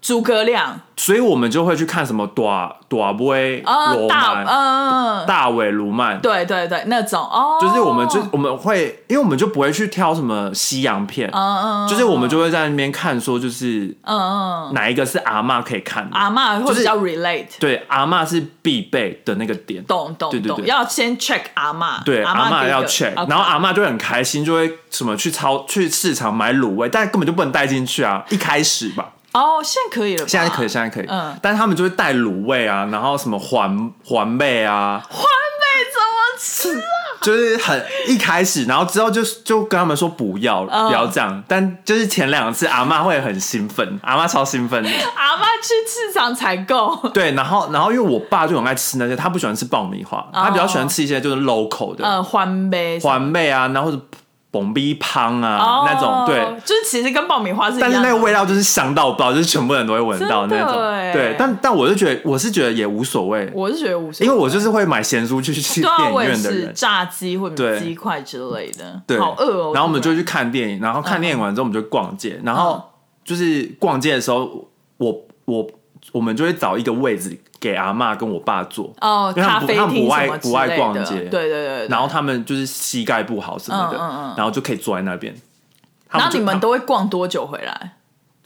诸葛亮
所以我们就会去看什么短短威
啊，
罗
大
曼、
嗯，嗯嗯
大尾卢曼，
对对对，那种哦，
就是我们就我们会，因为我们就不会去挑什么西洋片，
嗯嗯，
就是我们就会在那边看说，就是
嗯嗯嗯
哪一个是阿嬷可以看的，
阿嬷会
就是
比较 relate，
对，阿嬷是必备的那个点，
懂懂
对对
懂，
对
要先 check 阿嬷，
对，阿
嬷
嬷
第一
要
个
check，
OK
然后阿嬷就会很开心，就会什么去超去市场买卤味，但根本就不能带进去啊，一开始吧，
哦，现在可以了吧，
现在可以，现在可以，
嗯
但他们就会带卤味啊，然后什么环环贝啊，
环美怎么吃？
就是很一开始，然后之后就就跟他们说不要、
嗯
不要这样，但就是前两次阿妈会很兴奋，阿妈超兴奋的，
阿嬷去市场采购，
对，然后然后因为我爸就很爱吃那些，他不喜欢吃爆米花，他比较喜欢吃一些就是 local 的
哦嗯，环呗，
环妹啊，然后是bomb 汤啊、
哦
那种，对。，
就是其实跟爆米花是一
但
样
是
的，
那个味道就是香到爆，就是全部人都会闻到那
真的
种
欸。
对，但但我就觉得，我是觉得也无所谓，
我是觉得无所
因
谓，
为我就是会买咸酥去去
对啊，
电影
我也
院的人
是。炸鸡或者
对
鸡块之类的，
对，
好饿哦。
然后我们就
突
去看电影，然后看电影完之后我们就逛街，
嗯
然后就是逛街的时候，我我我们就会找一个位置给阿嬷跟我爸坐，
然哦，
因为他
咖
们不
啡
他们
厅
不
什
爱
么之
不爱
类
逛
的
街
对对对对，
然后他们就是膝盖不好什么的，
嗯嗯嗯
然后就可以坐在那边。他
然后
就
你们
他
都会逛多久回来？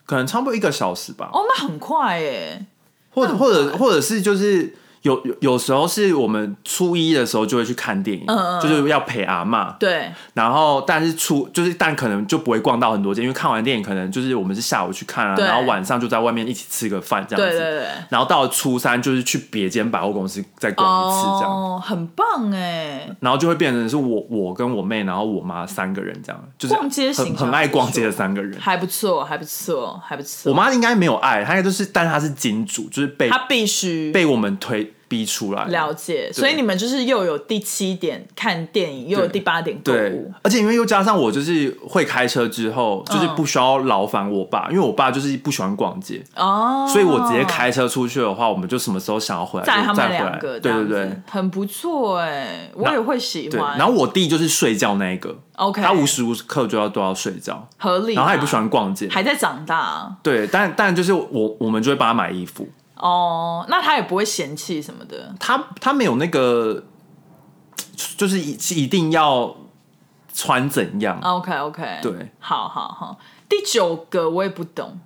可能差不多一个小时吧，
哦，那很快耶。
或者或者或者是就是。有有有时候是我们初一的时候就会去看电影，
嗯嗯
就是要陪阿嬷。
对，
然后，但是出就是，但可能就不会逛到很多间，因为看完电影可能就是我们是下午去看啊，
对
然后晚上就在外面一起吃个饭这样
对
子。
对对。
然后到了初三就是去别间百货公司再逛一次这样，
哦，很棒哎！
然后就会变成是我我跟我妹，然后我妈三个人这样，就是
逛街型
很
这
很
样
爱逛街的三个人。
还不错，还不错，还不错。
我妈应该没有爱，她就是，但她是金主，就是被
她必须
被我们推逼出来的。
了解，所以你们就是又有第七点看电影，又有第八点购
对
物。，
而且因为又加上我就是会开车之后，就是
嗯
不需要劳烦我爸，因为我爸就是不喜欢逛街。
哦，
所以我直接开车出去的话，我们就什么时候想要回来就
载他
再
们
回
两
来。
个，
对
这
对
样子
对，
很不错哎，我也会喜
对。
欢。
然后我弟就是睡觉那一个
OK
他无时无刻就要都要睡觉，
合理，啊
然后他也不喜，欢逛街。
还在长大
对，但但就是我我们就会帮他买衣服，
哦，那他也不会嫌弃什么的。
他他没有那个，就是一一定要穿怎样。
OK OK，
对，
好好好。第九个我也不懂，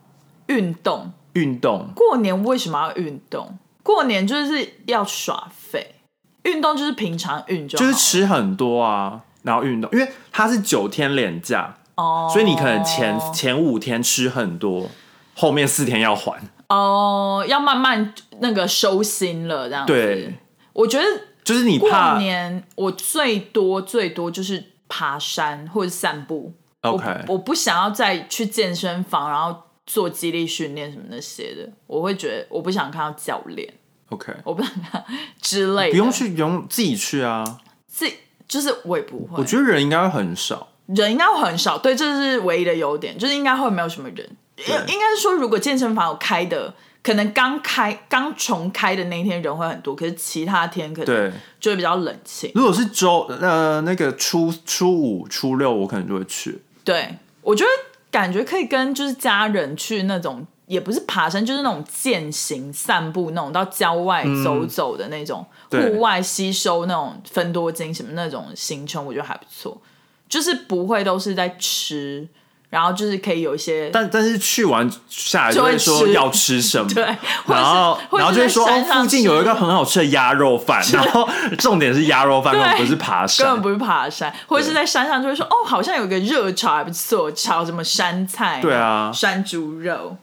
运动。
运动
过年为什么要运动？过年就是要耍废，运动就是平常运就好
就是吃很多啊，然后运动，因为他是九天连假，
哦，
所以你可能前前五天吃很多，后面四天要还。
哦要慢慢那个收心了这样子。
对，
我觉得
就是你怕
过年我最多最多就是爬山或者散步。
OK，
我我不想要再去健身房，然后做肌力训练什么那些的，我会觉得我不想看到教练，
OK，
我不想看之类的，
不用去，不用自己去啊。
自己。就是我也不会，
我觉得人应该会很少，
人应该会很少，对，这是唯一的优点，就是应该会没有什么人。应应该是说，如果健身房有开的，可能刚开刚重开的那一天人会很多，可是其他天可能
对。
就会比较冷清。
如果是周呃那个初初五、初六，我可能就会去。
对，我觉得感觉可以跟就是家人去那种，也不是爬山，就是那种健行、散步那种，到郊外走走的那种，
对
户外吸收那种分多精什么那种行程，我觉得还不错。就是不会都是在吃，然后就是可以有一些
但但是去完下来
就
就
会
会说
吃
要吃什么，
对，或者
然
是
后
或者
然后就会
在
说哦
山，上
附近有一个
吃
很好吃的鸭肉 饭，然后重点是鸭肉饭，根本
对
不是爬
根本
山。
不是爬山，或者是在山上就会说哦，好像有个热炒还不错，炒什么山菜，
对啊
山猪肉，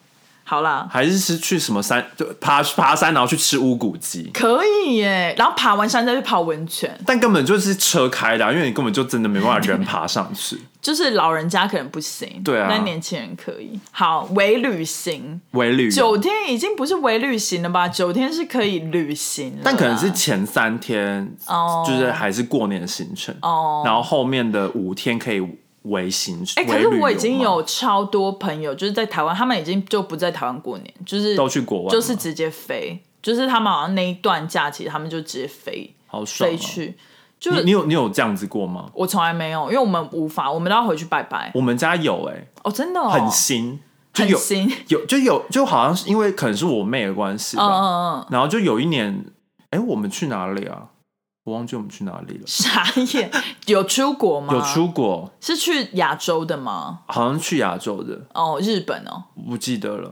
好啦，
还是是去什么山，就爬爬山，然后去吃乌骨鸡。
可以耶。然后爬完山再去泡温泉，
但根本就是车开的啊、因为你根本就真的没办法人爬上 去。
就是老人家可能不行，
对啊
但年轻人可以。好，微旅行，
微旅游
九天已经不是微旅行了吧？九天是可以旅行了啦，
但可能
啊
是前三天，
哦
就是还是过年的行程，
哦
然后后面的五天可以为行程。
哎、可是
为旅游
我已经
嘛
有超多朋友就是在台湾，他们已经就不在台湾过年，就是
都去国外吗
就是直接飞，就是他们好像那一段假期，他们就直接飞、
好爽、
飞
哦。
去。就哦
你你有你有这样子过吗？
我从来没有，因为我们无法，我们都要回去拜拜。
我们家有哎、
哦，真的、哦，
很新，就
很
有
新，
有就有就好像是因为可能是我妹的关系
嗯
吧，
嗯嗯，
然后就有一年，哎、我们去哪里啊？我忘记我们去哪里了。
傻眼，有出国吗？
有出国，
是去亚洲的吗？
好像去亚洲的，
哦，日本哦，
不记得了。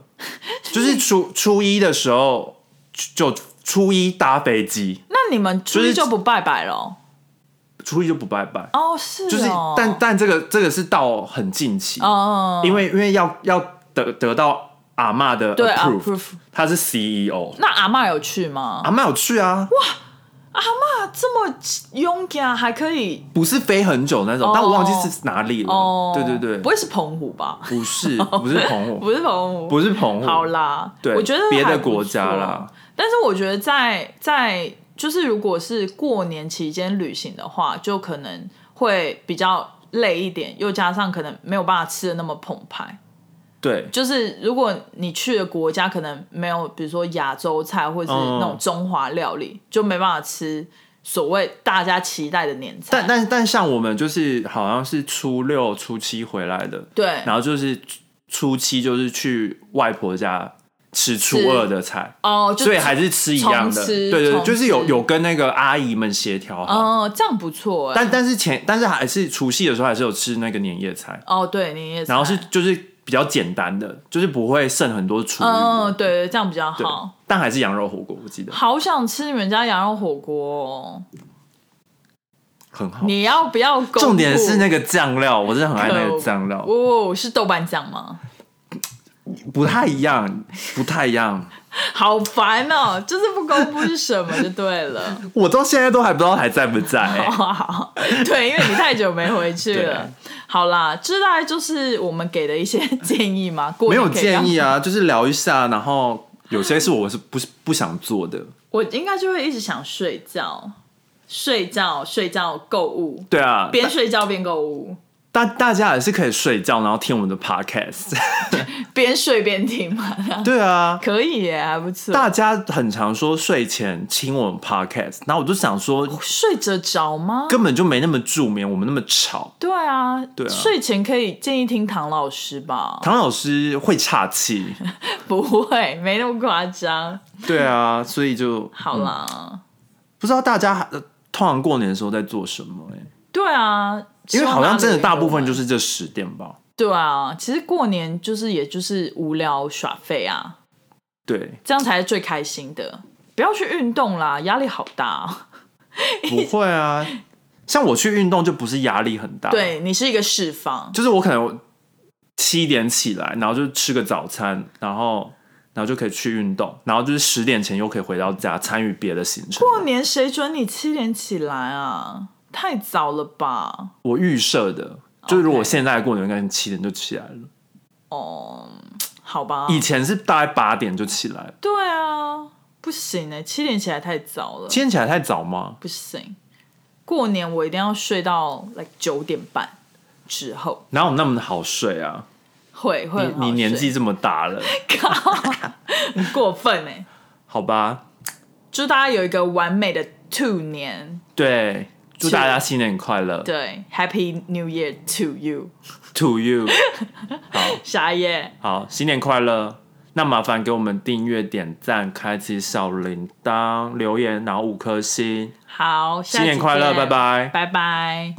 就是初 初一的时候，就就初一搭飞机，
那你们初
就
一
是
就不拜拜了哦？
初一就不拜拜。
哦，是哦，
就是，但但这个这个是到很近期，
哦，
因为因为要要得得到阿嬷的
对啊
approve，
，approve。
她是 CEO，
那阿嬷有去吗？啊
阿嬷有去啊，
这么勇敢，还可以
不是飞很久那种，
哦
但我忘记是哪里了。
哦。
对对对，
不会是澎湖吧？
不是不是澎湖，
不是澎湖，
不是澎湖，
好
哦
啦，
对，
我觉得
别
还
的
不
国家
错
啦。。
但是我觉得在在就是如果是过年期间旅行的话，就可能会比较累一点，又加上可能没有办法吃的那么澎湃。
对，
就是如果你去的国家可能没有，比如说亚洲菜或者是那种
嗯
中华料理，就没办法吃所谓大家期待的年菜。
但但但像我们就是好像是初六初七回来的，
对，
然后就是初七就是去外婆家吃初二的菜，
哦，就
所以还是吃一样
重
的。
吃
对对对，
重
就是有
吃
有跟那个阿姨们协调好。
哦，这样不错哎。
但但是前但是还是除夕的时候还是有吃那个年夜菜，
哦，对，年夜菜，
然后是就是比较简单的，就是不会剩很多厨余。
嗯，对对，这样比较
对
好。，
但还是羊肉火锅，我记得
好想吃你们家羊肉火锅、哦，
很好。
你要不要公布？
重点是那个酱料，我真的很爱那
可
个
恶
酱料，
哦，是豆瓣酱吗？
不太一样，不太一样。
好烦哦，就是不公布是什么就对 了。
我到现在都还不知道还在不在、欸
哇，对，因为你太久没回去了
对。啊
好啦，这大概就是我们给的一些建 议嘛。过
没
年
有
可以这样
建议，啊，就是聊一下，然后有些是我是不是不想做的，
我应该就会一直想睡觉，睡觉，睡觉，购物，
对啊。
边睡觉边购物，
大大家也是可以睡觉，然后听我们的 podcast，
边睡边听嘛。
对啊。
可以耶，还不错。
大家很常说睡前听我们 podcast，然后我就想说，
睡着着吗？
根本就没那么助眠，我们那么吵，
对啊，
对啊
睡前可以建议听唐老师吧？
唐老师会岔 气，
不会，没那么夸张。
对啊，所以就
好
嗯
啦，
不知道大家呃通常过年的时候在做什么、欸？
对啊，
因为好像真的大部分就是是这十点吧。
对啊。其实过年就是也就是无聊耍废啊，
对，
这样才是最开心的。不要去运动啦，压力好大、啊。
不会啊。像我去运动就不是压力很大，，
对你是一个释放，
就是我可能七点起来，然后就吃个早餐，然后然后就可以去运动，然后就是十点前又可以回到家参与别的行程。
过年谁准你七点起来啊？太早了吧？
我预设的，就是如果
OK
现在过年，应该七点就起来了。
哦、好吧。
以前是大概八点就起来，
对啊，不行哎、七点起来太早了，
七点起来太早吗？
不行。过年我一定要睡到 like 九点半之后，
哪有那么好睡啊？
会会
你
很好
你年
睡
纪这么大了，
过分哎、
好吧？
祝大家有一个完美的兔年，
对，祝
是
大家新年快乐
对，Happy New Year to you，
，To you。
傻耶，
好，新年快乐！那麻烦给我们订阅、点赞、开启小铃铛、留言，然后五颗星。
好，
新年快乐，拜，拜。
拜拜。